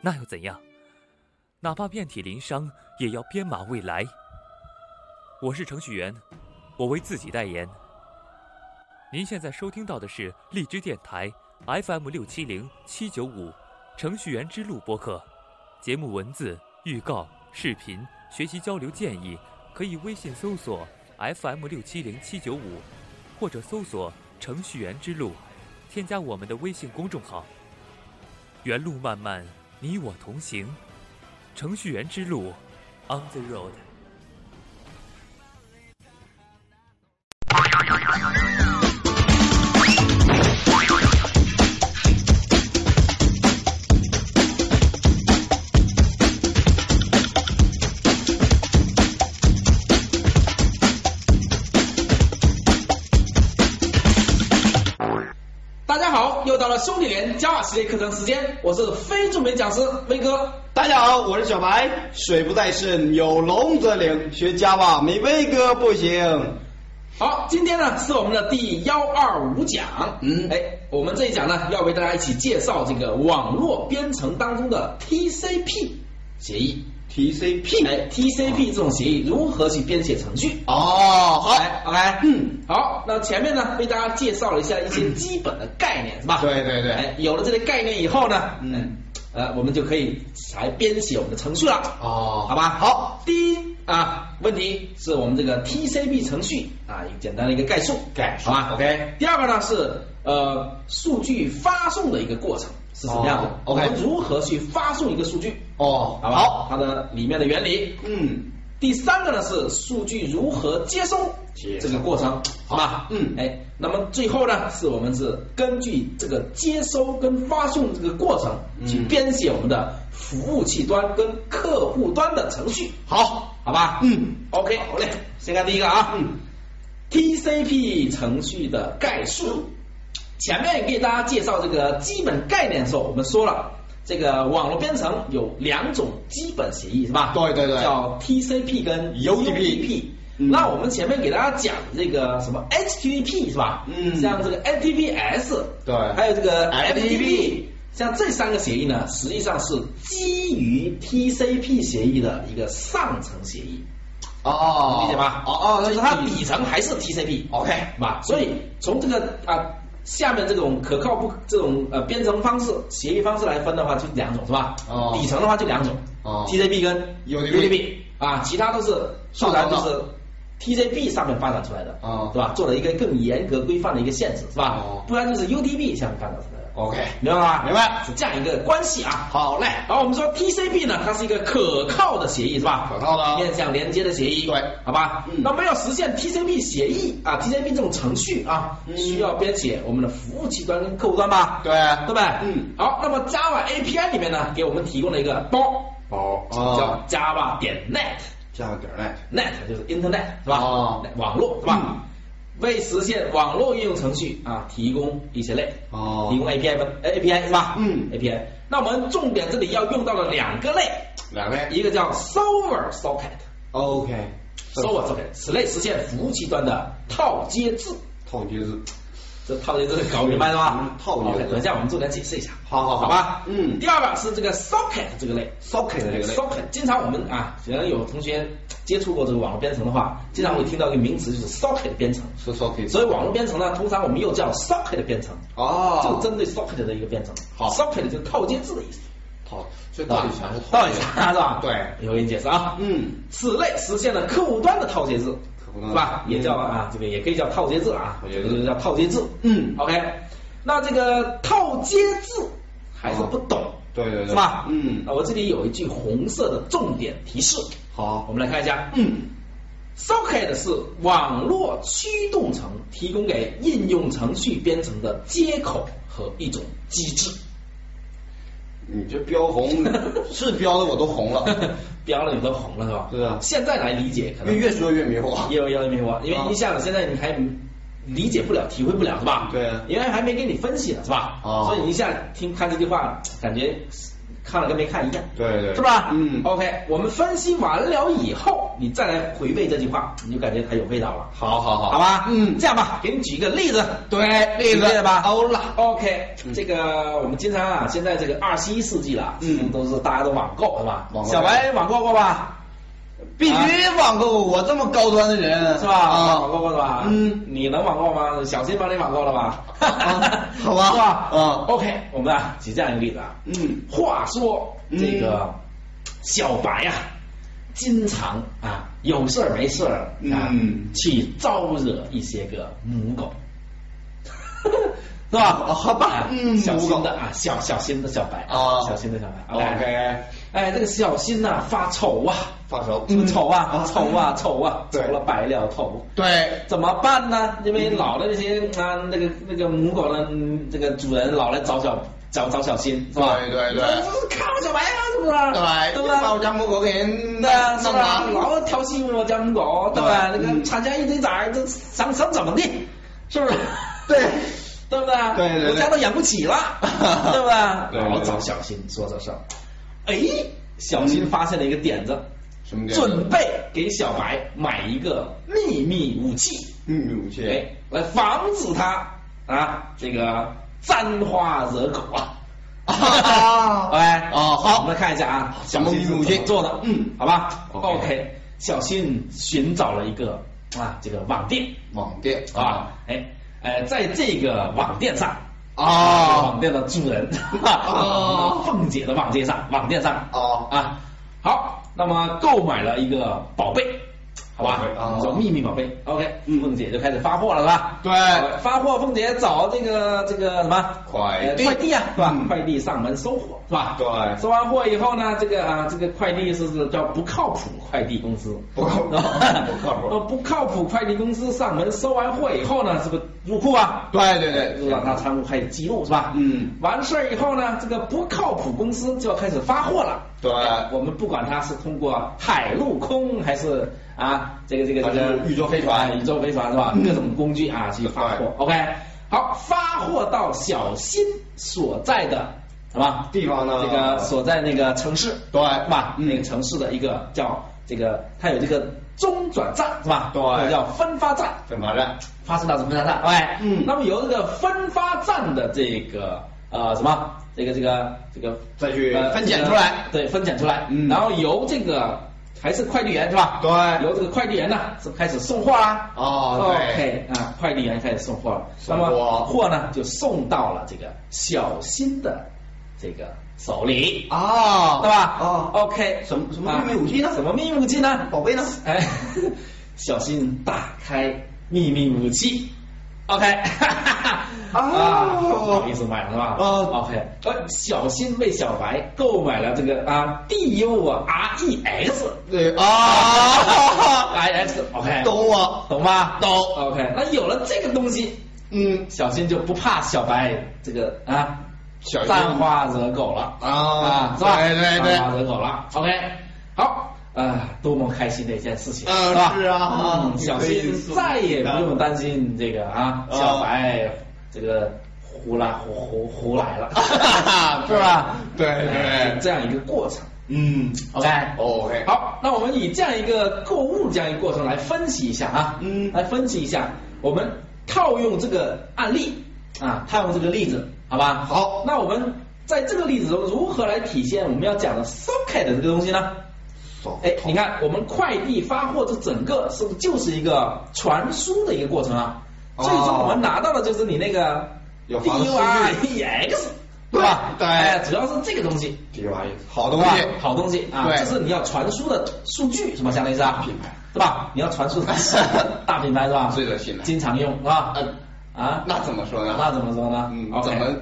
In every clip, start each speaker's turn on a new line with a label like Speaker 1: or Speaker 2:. Speaker 1: 那又怎样？哪怕遍体鳞伤，也要编码未来。我是程序员，我为自己代言。您现在收听到的是荔枝电台 FM 六七零七九五《程序员之路》播客，节目文字、预告、视频、学习交流建议，可以微信搜索 FM 六七零七九五，或者搜索“程序员之路”，添加我们的微信公众号。原路漫漫，你我同行。程序员之路，On the road。
Speaker 2: 大家好，又到了兄弟连加瓦系列课程时间，我是非著名讲师威哥。
Speaker 3: 大家好，我是小白。水不在深，有龙则灵。学 Java 没威哥不行。
Speaker 2: 好，今天呢是我们的第幺二五讲，
Speaker 3: 嗯
Speaker 2: 哎，我们这一讲呢要为大家一起介绍这个网络编程当中的 TCP 协议。
Speaker 3: TCP
Speaker 2: 哎，TCP 这种协议如何去编写程序？
Speaker 3: 哦，好
Speaker 2: 哎，OK，
Speaker 3: 嗯，
Speaker 2: 好，那前面呢为大家介绍了一下一些基本的概念，是吧？
Speaker 3: 对对对
Speaker 2: 哎，有了这些概念以后呢，
Speaker 3: 嗯，
Speaker 2: 呃，我们就可以来编写我们的程序了。
Speaker 3: 哦，
Speaker 2: 好吧，
Speaker 3: 好，
Speaker 2: 第一啊，问题是我们这个 TCP 程序啊，一个简单的一个概述，
Speaker 3: 概述
Speaker 2: 好吧
Speaker 3: OK
Speaker 2: 第二个呢是呃数据发送的一个过程是什么样的、
Speaker 3: 哦，OK
Speaker 2: 我们如何去发送一个数据，
Speaker 3: 哦，
Speaker 2: 好吧？
Speaker 3: 好，
Speaker 2: 它的里面的原理。
Speaker 3: 嗯，
Speaker 2: 第三个呢是数据如何接收
Speaker 3: 接收
Speaker 2: 这个过程，好吧？
Speaker 3: 嗯
Speaker 2: 哎，那么最后呢是我们是根据这个接收跟发送这个过程、去
Speaker 3: 嗯
Speaker 2: 编写我们的服务器端跟客户端的程序。
Speaker 3: 好，
Speaker 2: 好吧？
Speaker 3: 嗯
Speaker 2: ，OK，好嘞，先看第一个啊，
Speaker 3: 嗯
Speaker 2: ，TCP 程序的概述。前面给大家介绍这个基本概念的时候，我们说了，这个网络编程有两种基本协议是吧？
Speaker 3: 对对对
Speaker 2: 叫 TCP 跟
Speaker 3: UDP 嗯
Speaker 2: 那我们前面给大家讲这个什么 HTTP 是吧？
Speaker 3: 嗯
Speaker 2: 像这个 HTTPS，
Speaker 3: 对
Speaker 2: 还有这个
Speaker 3: FTP
Speaker 2: FTP。像这三个协议呢，实际上是基于 TCP 协议的一个上层协议，
Speaker 3: 哦，
Speaker 2: 理解吧？
Speaker 3: 哦哦，
Speaker 2: 就
Speaker 3: 那
Speaker 2: 是它底层还是 TCP，
Speaker 3: OK，嗯
Speaker 2: 是吧？所以从这个啊下面这种可靠不这种呃编程方式、协议方式来分的话，就两种是吧？
Speaker 3: 哦
Speaker 2: 底层的话就两种，
Speaker 3: 哦
Speaker 2: TCP 跟
Speaker 3: UDP
Speaker 2: 啊，其他都是
Speaker 3: 上
Speaker 2: 当然
Speaker 3: 传的
Speaker 2: 就是。TCP 上面发展出来的，
Speaker 3: 哦
Speaker 2: 是吧？做了一个更严格规范的一个限制，是吧？
Speaker 3: 哦
Speaker 2: 不然就是 UDP 下面发展出来的。
Speaker 3: OK，
Speaker 2: 明白吗？
Speaker 3: 明白
Speaker 2: 是这样一个关系啊。
Speaker 3: 好嘞，
Speaker 2: 然后我们说 TCP 呢，它是一个可靠的协议是吧？
Speaker 3: 可靠的
Speaker 2: 面向连接的协议，
Speaker 3: 啊对
Speaker 2: 好吧？
Speaker 3: 嗯
Speaker 2: 那么要实现 TCP 协议啊，TCP 这种程序啊，
Speaker 3: 嗯
Speaker 2: 需要编写我们的服务器端跟客户端吧？
Speaker 3: 对，
Speaker 2: 对吧？
Speaker 3: 嗯，
Speaker 2: 好，那么 Java API 里面呢，给我们提供了一个包，
Speaker 3: 好，
Speaker 2: 叫
Speaker 3: 哦，
Speaker 2: Java 点 net，net
Speaker 3: 加个点儿嘞，
Speaker 2: 就是 Internet 是吧？
Speaker 3: 哦
Speaker 2: 网络是吧？为实现网络应用程序啊，提供一些类。
Speaker 3: 哦
Speaker 2: 提供 API 吧呃 API 是吧？
Speaker 3: 嗯
Speaker 2: ，API。那我们重点这里要用到了两个类，
Speaker 3: 两位
Speaker 2: 一个叫 Server Socket，Server
Speaker 3: ，OK，
Speaker 2: Socket，此类实现服务器端的套接制。
Speaker 3: 套句子，
Speaker 2: 这套接制搞明白了吗
Speaker 3: 嗯？套接制
Speaker 2: OK，等一下我们重点解释一下，
Speaker 3: 好好
Speaker 2: 好吧？
Speaker 3: 嗯
Speaker 2: 第二个是这个 Socket 这个类。
Speaker 3: ，socket 这个类
Speaker 2: socket，经常我们啊，只要有同学接触过这个网络编程的话，经常会听到一个名词就是 socket 编程。
Speaker 3: 是 socket，
Speaker 2: 所以网络编程呢，通常我们又叫 socket 编程。
Speaker 3: 哦，
Speaker 2: 这个针对 socket 的一个变成。
Speaker 3: 好
Speaker 2: ，socket 就是套接字的意思。
Speaker 3: 套，所啊以到底啥是
Speaker 2: 套
Speaker 3: 套
Speaker 2: 接
Speaker 3: 句
Speaker 2: 字
Speaker 3: 子？
Speaker 2: 是吧？
Speaker 3: 对，
Speaker 2: 有给你解释啊。
Speaker 3: 嗯，
Speaker 2: 此类实现了客户端的套接字，
Speaker 3: 客户端
Speaker 2: 是吧？
Speaker 3: 嗯
Speaker 2: 也叫啊，这个也可以叫套接字啊，
Speaker 3: 我
Speaker 2: 我
Speaker 3: 觉
Speaker 2: 觉
Speaker 3: 得
Speaker 2: 得叫套接字。
Speaker 3: 嗯
Speaker 2: ，OK，那这个套接字还是不懂，
Speaker 3: 对对对，
Speaker 2: 是吧？
Speaker 3: 嗯
Speaker 2: 那，我这里有一句红色的重点提示，我
Speaker 3: 好，
Speaker 2: 们来看一下。
Speaker 3: 嗯，
Speaker 2: Socket 是网络驱动层提供给 应用程序编程的接口和一种机制。
Speaker 3: 你这标 红是标的我都红了，
Speaker 2: 标了你都红了是吧？
Speaker 3: 是啊
Speaker 2: 现在来理解可
Speaker 3: 越
Speaker 2: 能
Speaker 3: 越说越迷惑。
Speaker 2: 也有也有没有啊？因为
Speaker 3: 啊
Speaker 2: 一下子现在你还理解不了、体会不了是吧？
Speaker 3: 对
Speaker 2: 因为还没给你分析呢是吧？
Speaker 3: 啊
Speaker 2: 所以你一下听看这句话，感觉看了跟没看一样。
Speaker 3: 对对，
Speaker 2: 是吧？
Speaker 3: 嗯，
Speaker 2: ，OK，我们分析完了以后，你再来回味这句话，你就感觉它有味道了，
Speaker 3: 好好好，
Speaker 2: 好吧？
Speaker 3: 嗯，
Speaker 2: 这样吧，给你举一个例子，
Speaker 3: 对，
Speaker 2: 举个例子吧。
Speaker 3: 欧了，
Speaker 2: OK，
Speaker 3: 嗯
Speaker 2: 这个我们经常啊，现在这个二十一世纪了，
Speaker 3: 嗯
Speaker 2: 都是大家都网购是吧？
Speaker 3: 网购
Speaker 2: 小白网购过吧？
Speaker 3: 必须网购，我这么高端的人
Speaker 2: 是吧？网
Speaker 3: 啊，
Speaker 2: 购过的吧？
Speaker 3: 嗯
Speaker 2: 你能网购吗？小新帮你网购了吧？
Speaker 3: 啊好 吧
Speaker 2: 是吧？
Speaker 3: 啊
Speaker 2: OK，我们啊举这样一个例子啊，
Speaker 3: 嗯，
Speaker 2: 话说
Speaker 3: 嗯
Speaker 2: 这个小白啊，经常啊有事儿没事儿啊、
Speaker 3: 嗯
Speaker 2: 去招惹一些个母狗， 是吧？
Speaker 3: 啊好吧
Speaker 2: 啊
Speaker 3: 嗯
Speaker 2: 小心
Speaker 3: 母狗
Speaker 2: 的啊，小小心的小白
Speaker 3: 啊
Speaker 2: 小心的小白。哎
Speaker 3: OK，
Speaker 2: 哎，这个小心呐、发愁啊，
Speaker 3: 放手，
Speaker 2: 是不是愁啊
Speaker 3: 嗯，
Speaker 2: 愁啊，愁啊，愁
Speaker 3: 对
Speaker 2: 了白了头。
Speaker 3: 对，
Speaker 2: 怎么办呢？因为老的那些啊，那个那个母狗呢，嗯这个主人老来找小找找小新是吧？
Speaker 3: 对对对
Speaker 2: 这是看我小白啊，是不是？
Speaker 3: 对，
Speaker 2: 对
Speaker 3: 就
Speaker 2: 不
Speaker 3: 把我
Speaker 2: 对？
Speaker 3: 家母狗给人
Speaker 2: 对啊，
Speaker 3: 弄
Speaker 2: 是
Speaker 3: 弄
Speaker 2: 吧？
Speaker 3: 了，
Speaker 2: 老调戏我家母狗，对吧？那
Speaker 3: 对
Speaker 2: 个产下一堆崽儿，这想想怎么地，是不是？
Speaker 3: 对，
Speaker 2: 对不对？
Speaker 3: 对对对
Speaker 2: 我家都养不起了， 对不
Speaker 3: 对
Speaker 2: 对？
Speaker 3: 对对
Speaker 2: 老找小新说这事儿，哎，小新发现了一个点子，
Speaker 3: 什么
Speaker 2: 准备给小白买一个秘密武器。
Speaker 3: 秘密武器，
Speaker 2: 哎，来防止他啊这个沾花惹狗啊。
Speaker 3: 啊
Speaker 2: 哎，
Speaker 3: 哦好
Speaker 2: 我们来看一下啊，
Speaker 3: 什么
Speaker 2: 小新是
Speaker 3: 武器
Speaker 2: 怎么做的？嗯，好吧
Speaker 3: OK
Speaker 2: 小新寻找了一个啊这个网店
Speaker 3: 网店
Speaker 2: 啊，哎哎，在这个网店上。这个网
Speaker 3: 啊
Speaker 2: 店的主人，
Speaker 3: 哦
Speaker 2: 啊，凤姐的网店上，网店上
Speaker 3: 哦
Speaker 2: 啊，好，那么购买了一个宝贝，好吧
Speaker 3: 宝贝啊，
Speaker 2: 叫秘密宝贝。OK，
Speaker 3: 嗯
Speaker 2: 凤姐就开始发货了，是吧？
Speaker 3: 对
Speaker 2: 好发货，凤姐找这个这个什么
Speaker 3: 快
Speaker 2: 呃
Speaker 3: 递
Speaker 2: 快递啊，是吧
Speaker 3: 嗯？
Speaker 2: 快递上门收货，是吧？
Speaker 3: 对
Speaker 2: 收完货以后呢，这个啊，这个快递是是叫不靠谱快递公司，
Speaker 3: 不靠谱不靠谱
Speaker 2: 那 不靠谱快递公司上门收完货以后呢，是不是入库啊？
Speaker 3: 对对对，
Speaker 2: 就让他仓库开始记录是吧？
Speaker 3: 嗯，
Speaker 2: 完事儿以后呢，这个不靠谱公司就要开始发货了。
Speaker 3: 对
Speaker 2: 哎我们不管它是通过海陆空还是啊这个这个这个
Speaker 3: 还是宇宙飞船
Speaker 2: 啊宇宙飞船是吧？各种工具啊去发
Speaker 3: 嗯对
Speaker 2: 货。OK，好，发货到小新所在的什么
Speaker 3: 地方呢
Speaker 2: 这个所在那个城市
Speaker 3: 对
Speaker 2: 是吧？
Speaker 3: 呃嗯
Speaker 2: 那个城市的一个叫这个，它有这个中转站是吧？
Speaker 3: 对
Speaker 2: 或者叫分发站。
Speaker 3: 怎么着？
Speaker 2: 发射到什么站站？哎，
Speaker 3: 嗯
Speaker 2: 那么由这个分发站的这个呃什么这个这个这个
Speaker 3: 再去
Speaker 2: 呃
Speaker 3: 分拣出来，
Speaker 2: 这个对，分拣出来，
Speaker 3: 嗯
Speaker 2: 然后由这个还是快递员是吧？
Speaker 3: 对
Speaker 2: 由这个快递员呢是开始送货啦。
Speaker 3: 哦对，
Speaker 2: OK 啊，快递员开始送货了，那
Speaker 3: 送货
Speaker 2: 么货呢就送到了这个小新的这个手里，
Speaker 3: 啊，
Speaker 2: 对吧？
Speaker 3: 哦，
Speaker 2: ，OK，
Speaker 3: 什么什么秘密武器呢
Speaker 2: 啊什么秘密武器呢？
Speaker 3: 宝贝呢？
Speaker 2: 哎， 小心打开秘密武器。OK，
Speaker 3: 哦
Speaker 2: 啊，不好意思买了是吧？
Speaker 3: 哦
Speaker 2: o k 呃，小新为小白购买了这个啊 D U R E X
Speaker 3: 对
Speaker 2: R
Speaker 3: 啊，
Speaker 2: I X，OK，、
Speaker 3: 哦懂我，
Speaker 2: 懂吗？
Speaker 3: 懂
Speaker 2: OK，那有了这个东西，
Speaker 3: 嗯，
Speaker 2: 小新就不怕小白这个啊
Speaker 3: 小心
Speaker 2: 沾花惹狗了
Speaker 3: 啊
Speaker 2: 是吧？
Speaker 3: 对对对
Speaker 2: 沾花惹狗了。OK，好，啊，多么开心的一件事情，
Speaker 3: 嗯
Speaker 2: 是吧？
Speaker 3: 是啊
Speaker 2: 嗯
Speaker 3: 你
Speaker 2: 小
Speaker 3: 可以
Speaker 2: 新
Speaker 3: 送
Speaker 2: 再也不用
Speaker 3: 的
Speaker 2: 担心这个啊，
Speaker 3: 啊，
Speaker 2: 小白这个胡来胡胡胡来了 是吧？
Speaker 3: 对对
Speaker 2: 哎是这样一个过程。
Speaker 3: 嗯
Speaker 2: OK，
Speaker 3: ，OK，，
Speaker 2: 好，那我们以这样一个购物这样一个过程来分析一下啊，
Speaker 3: 嗯
Speaker 2: 来分析一下，我们套用这个案例啊，套用这个例子，好吧？
Speaker 3: 好
Speaker 2: 那我们在这个例子中如何来体现我们要讲的 socket 这个东西呢？
Speaker 3: 走，
Speaker 2: 哎，你看我们快递发货这整个是不是就是一个传输的一个过程啊？
Speaker 3: 哦
Speaker 2: 最终我们拿到的就是你那个
Speaker 3: 有
Speaker 2: D
Speaker 3: 发的
Speaker 2: U R E X，
Speaker 3: 对
Speaker 2: 吧？
Speaker 3: 对
Speaker 2: 哎，主要是这个东西。
Speaker 3: 这玩意好东
Speaker 2: 是吧
Speaker 3: 西，
Speaker 2: 好东西啊，
Speaker 3: 对
Speaker 2: 这是你要传输的数据，是吧？相当于是啊
Speaker 3: 品牌，
Speaker 2: 是吧？你要传输的大品牌是吧？
Speaker 3: 是的是的
Speaker 2: 经常用是吧？
Speaker 3: 呃
Speaker 2: 啊，
Speaker 3: 那怎么说呢？
Speaker 2: 那怎么说呢？
Speaker 3: 嗯，
Speaker 2: OK
Speaker 3: 怎么？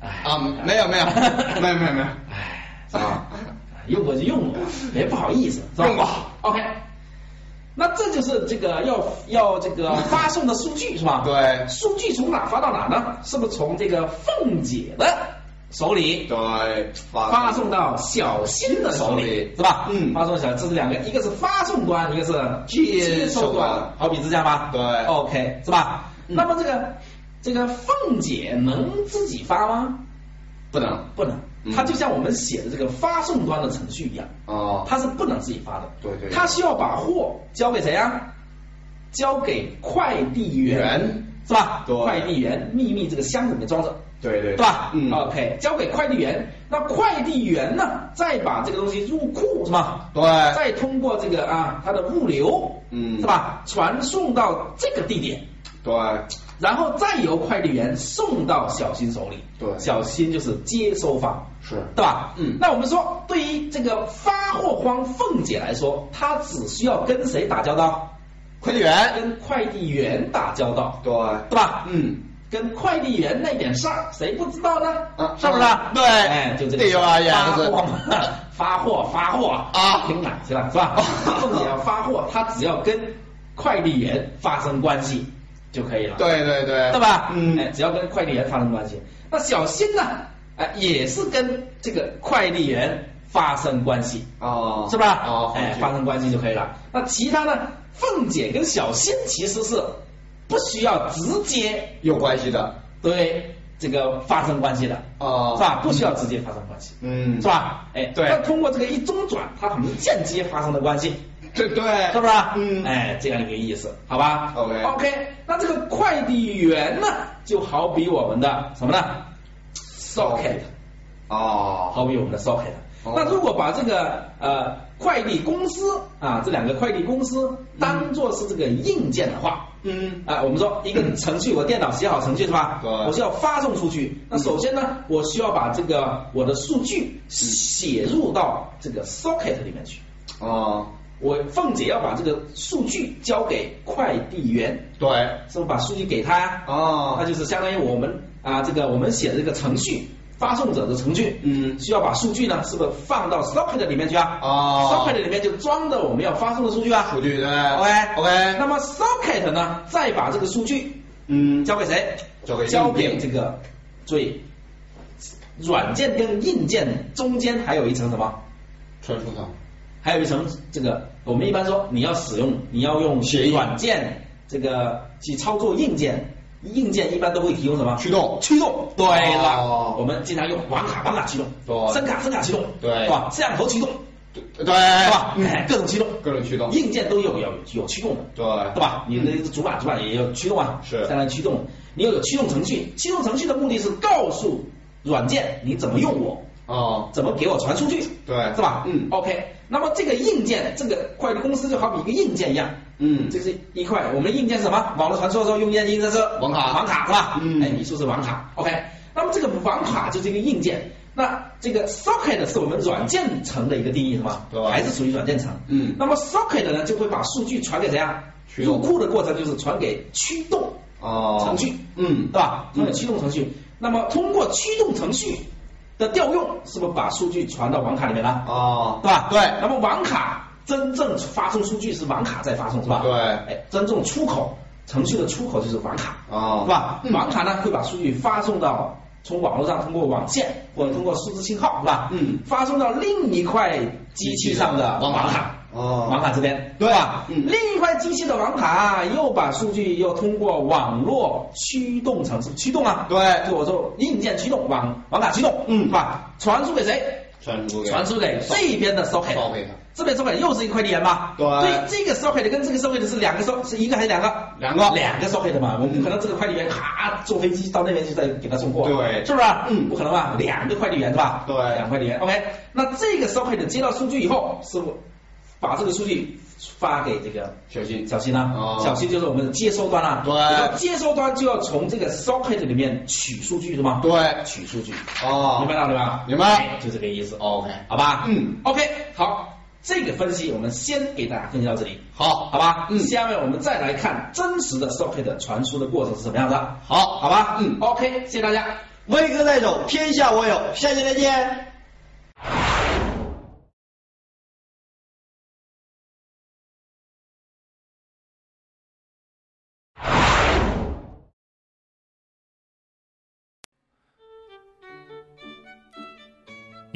Speaker 2: 哎
Speaker 3: 啊？没 有没有没有没有没有
Speaker 2: 哎，
Speaker 3: 啊，
Speaker 2: 用过就用过，别不好意思，是吧？
Speaker 3: 用过
Speaker 2: OK，那这就是这个要要这个发送的数据是吧？
Speaker 3: 对
Speaker 2: 数据从哪发到哪呢？是不是从这个凤姐的手里
Speaker 3: 对，
Speaker 2: 发
Speaker 3: 发
Speaker 2: 送到小新的手里，是吧？
Speaker 3: 嗯
Speaker 2: 发送小这是两个，一个是发送端，一个是
Speaker 3: 接收
Speaker 2: 收
Speaker 3: 端
Speaker 2: 端，好比是这样吧？
Speaker 3: 对
Speaker 2: ，OK，是吧？
Speaker 3: 嗯
Speaker 2: 那么这个这个凤姐能自己发吗？
Speaker 3: 不能
Speaker 2: 不能
Speaker 3: 嗯，
Speaker 2: 它就像我们写的这个发送端的程序一样，
Speaker 3: 哦，
Speaker 2: 它是不能自己发的。
Speaker 3: 对对
Speaker 2: 它需要把货交给谁呀？交给快递员
Speaker 3: 员，
Speaker 2: 是吧？
Speaker 3: 对
Speaker 2: 快递员秘密这个箱子里面装着。
Speaker 3: 对
Speaker 2: 对
Speaker 3: 对
Speaker 2: 吧？哦
Speaker 3: 嗯，
Speaker 2: ，OK，交给快递员，那快递员呢，再把这个东西入库是吧？
Speaker 3: 对，
Speaker 2: 再通过这个啊，它的物流，
Speaker 3: 哎嗯
Speaker 2: 是吧？传送到这个地点，
Speaker 3: 对
Speaker 2: 然后再由快递员送到小新手里。
Speaker 3: 对
Speaker 2: 小新就是接收方，
Speaker 3: 是，
Speaker 2: 对吧？
Speaker 3: 嗯
Speaker 2: 那我们说，对于这个发货方凤姐来说，她只需要跟谁打交道？
Speaker 3: 快递员，
Speaker 2: 跟快递员打交道，
Speaker 3: 对，
Speaker 2: 对吧？
Speaker 3: 嗯，
Speaker 2: 跟快递员那点事儿，谁不知道呢？
Speaker 3: 啊
Speaker 2: 是不是？
Speaker 3: 对
Speaker 2: 哎，就这个
Speaker 3: 对有啊有啊
Speaker 2: 发
Speaker 3: 是
Speaker 2: 货嘛，发货发货
Speaker 3: 啊
Speaker 2: 听哪去了是吧？凤姐要发货，她只要跟快递员发生关系就可以了，
Speaker 3: 对对对，
Speaker 2: 对吧？
Speaker 3: 嗯
Speaker 2: 哎，只要跟快递员发生关系，那小新呢？哎，也是跟这个快递员发生关系，
Speaker 3: 哦，
Speaker 2: 是吧？
Speaker 3: 哦，
Speaker 2: 哎，发生关系就可以了。那其他呢？凤姐跟小新其实是不需要直接
Speaker 3: 有关系的，
Speaker 2: 对这个发生关系的，
Speaker 3: 哦，
Speaker 2: 是吧？不需要直接发生关系，
Speaker 3: 嗯，
Speaker 2: 是？吧？哎，
Speaker 3: 对
Speaker 2: 那通过这个一中转，它很间接发生的关系，
Speaker 3: 对对，
Speaker 2: 是不是？
Speaker 3: 嗯，
Speaker 2: 哎，这样一个意思，好吧
Speaker 3: OK
Speaker 2: OK，那这个快递员呢，就好比我们的什么呢？socket，
Speaker 3: 哦，
Speaker 2: 好比我们的 socket。
Speaker 3: 哦
Speaker 2: 那如果把这个呃快递公司啊这两个快递公司当做是这个硬件的话，
Speaker 3: 嗯，
Speaker 2: 啊，我们说一个程序，我电脑写好程序是吧？
Speaker 3: 对
Speaker 2: 我是要发送出去。那首先呢，我需要把这个我的数据写入到这个 socket 里面去。
Speaker 3: 哦，
Speaker 2: 我凤姐要把这个数据交给快递员，
Speaker 3: 对，
Speaker 2: 是不是把数据给他呀？那
Speaker 3: 哦，
Speaker 2: 就是相当于我们啊，这个我们写的这个程序，发送者的程序，
Speaker 3: 嗯，
Speaker 2: 需要把数据呢，是不是放到 socket 里面去啊、s o c k，
Speaker 3: 哦
Speaker 2: e t 里面就装着我们要发送的数据啊。
Speaker 3: 数据对
Speaker 2: OK
Speaker 3: OK，
Speaker 2: 那么 socket 呢，再把这个数据
Speaker 3: 嗯，
Speaker 2: 交给谁？
Speaker 3: 交给
Speaker 2: 交
Speaker 3: 硬件
Speaker 2: 给这个，所以软件跟硬件中间还有一层什么？
Speaker 3: 传输层，
Speaker 2: 还有一层这个，我们一般说你要使用，你要用
Speaker 3: 协议
Speaker 2: 软件这个去操作硬件，硬件一般都会提供什么？
Speaker 3: 驱动，
Speaker 2: 驱动，对了，
Speaker 3: 哦
Speaker 2: 我们经常用网卡网卡驱动，
Speaker 3: 对
Speaker 2: 声卡声卡驱动，
Speaker 3: 对
Speaker 2: 是吧？摄像头驱动，
Speaker 3: 对，
Speaker 2: 是
Speaker 3: 是
Speaker 2: 吧？哎，各种驱动，
Speaker 3: 各种驱动，
Speaker 2: 硬件都有有有驱动的，
Speaker 3: 对，
Speaker 2: 对吧？你的主板主板也有驱动啊，
Speaker 3: 是
Speaker 2: 相当于驱动，你要有驱动程序，驱动程序的目的是告诉软件你怎么用我，
Speaker 3: 哦，
Speaker 2: 怎么给我传数据，
Speaker 3: 对，
Speaker 2: 是吧？
Speaker 3: 嗯
Speaker 2: ，OK。那么这个硬件，这个快递公司就好比一个硬件一样，
Speaker 3: 嗯，
Speaker 2: 这是一块。我们硬件是什么？网络传输的时候用硬件是
Speaker 3: 网卡
Speaker 2: 网卡是吧？
Speaker 3: 嗯
Speaker 2: 哎，你说是网卡，OK。那么这个网卡就是一个硬件，那这个 socket 是我们软件层的一个定义，是吧？
Speaker 3: 对吧
Speaker 2: 还是属于软件层。
Speaker 3: 嗯
Speaker 2: 那么 socket 呢，就会把数据传给谁啊？
Speaker 3: 驱
Speaker 2: 入
Speaker 3: 动
Speaker 2: 库的过程就是传给驱动
Speaker 3: 哦，
Speaker 2: 程序，
Speaker 3: 嗯
Speaker 2: 对，吧？
Speaker 3: 嗯
Speaker 2: 传给驱动程序。那么通过驱动程序的调用，是不是把数据传到网卡里面了？
Speaker 3: 哦，
Speaker 2: 对吧？
Speaker 3: 对
Speaker 2: 那么网卡真正发送数据是网卡在发送，是吧？
Speaker 3: 对
Speaker 2: 哎，真正出口程序的出口就是网卡，
Speaker 3: 哦，
Speaker 2: 是吧？
Speaker 3: 嗯
Speaker 2: 网卡呢会把数据发送到从网络上通过网线或者通过数字信号，是吧？
Speaker 3: 嗯
Speaker 2: 发送到另一块机器上的
Speaker 3: 网
Speaker 2: 网
Speaker 3: 卡
Speaker 2: 卡。
Speaker 3: 哦
Speaker 2: 网卡这边
Speaker 3: 对
Speaker 2: 是吧？
Speaker 3: 嗯
Speaker 2: 另一块机器的网卡又把数据又通过网络驱动程式驱动啊，
Speaker 3: 对
Speaker 2: 就我说硬件驱动网网卡驱动，
Speaker 3: 嗯
Speaker 2: 是吧？传输给谁？
Speaker 3: 传输给
Speaker 2: 传输给这边的 socket，
Speaker 3: 烧给他
Speaker 2: 这边 socket 又是一块地员嘛？
Speaker 3: 对
Speaker 2: 所以这个 socket 跟这个 socket 是两个 socket，是一个还是两个？
Speaker 3: 两个
Speaker 2: 两个 socket 嘛，我们不可能这个快递员咔坐飞机到那边去再给他送货，
Speaker 3: 对
Speaker 2: 是不是？
Speaker 3: 嗯
Speaker 2: 不可能吧？两个快递员是吧？
Speaker 3: 对
Speaker 2: 两个快递员。OK，那这个 socket 接到数据以后，是不把这个数据发给这个
Speaker 3: 小心，
Speaker 2: 小新啦、
Speaker 3: 哦
Speaker 2: 小新就是我们的接收端啊啦、
Speaker 3: 对
Speaker 2: 那接收端就要从这个 socket 里面取数据是吗？
Speaker 3: 对，
Speaker 2: 取数据，
Speaker 3: 哦，
Speaker 2: 明白道理吧？
Speaker 3: 明白
Speaker 2: 哎就这个意思。
Speaker 3: ，OK，
Speaker 2: 好吧？
Speaker 3: 嗯
Speaker 2: ，OK，好，这个分析我们先给大家分析到这里，
Speaker 3: 好，
Speaker 2: 好吧？
Speaker 3: 嗯
Speaker 2: 下面我们再来看真实的 socket 传输的过程是什么样的，
Speaker 3: 好，
Speaker 2: 好吧？
Speaker 3: 嗯
Speaker 2: ，OK，谢谢大家。
Speaker 3: 威哥在手，天下我有，下期再见。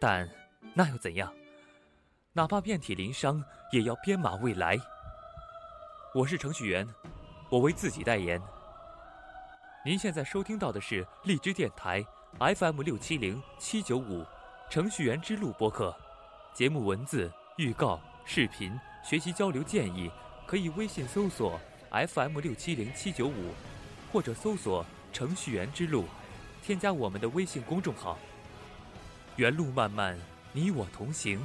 Speaker 1: 但那又怎样？哪怕遍体鳞伤，也要编码未来。我是程序员，我为自己代言。您现在收听到的是荔枝电台 FM 六七零七九五《程序员之路》播客，节目文字、预告、视频、学习交流建议，可以微信搜索 FM 六七零七九五，或者搜索“程序员之路”，添加我们的微信公众号。原路漫漫，你我同行，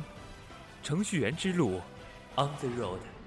Speaker 1: 程序员之路，On the Road。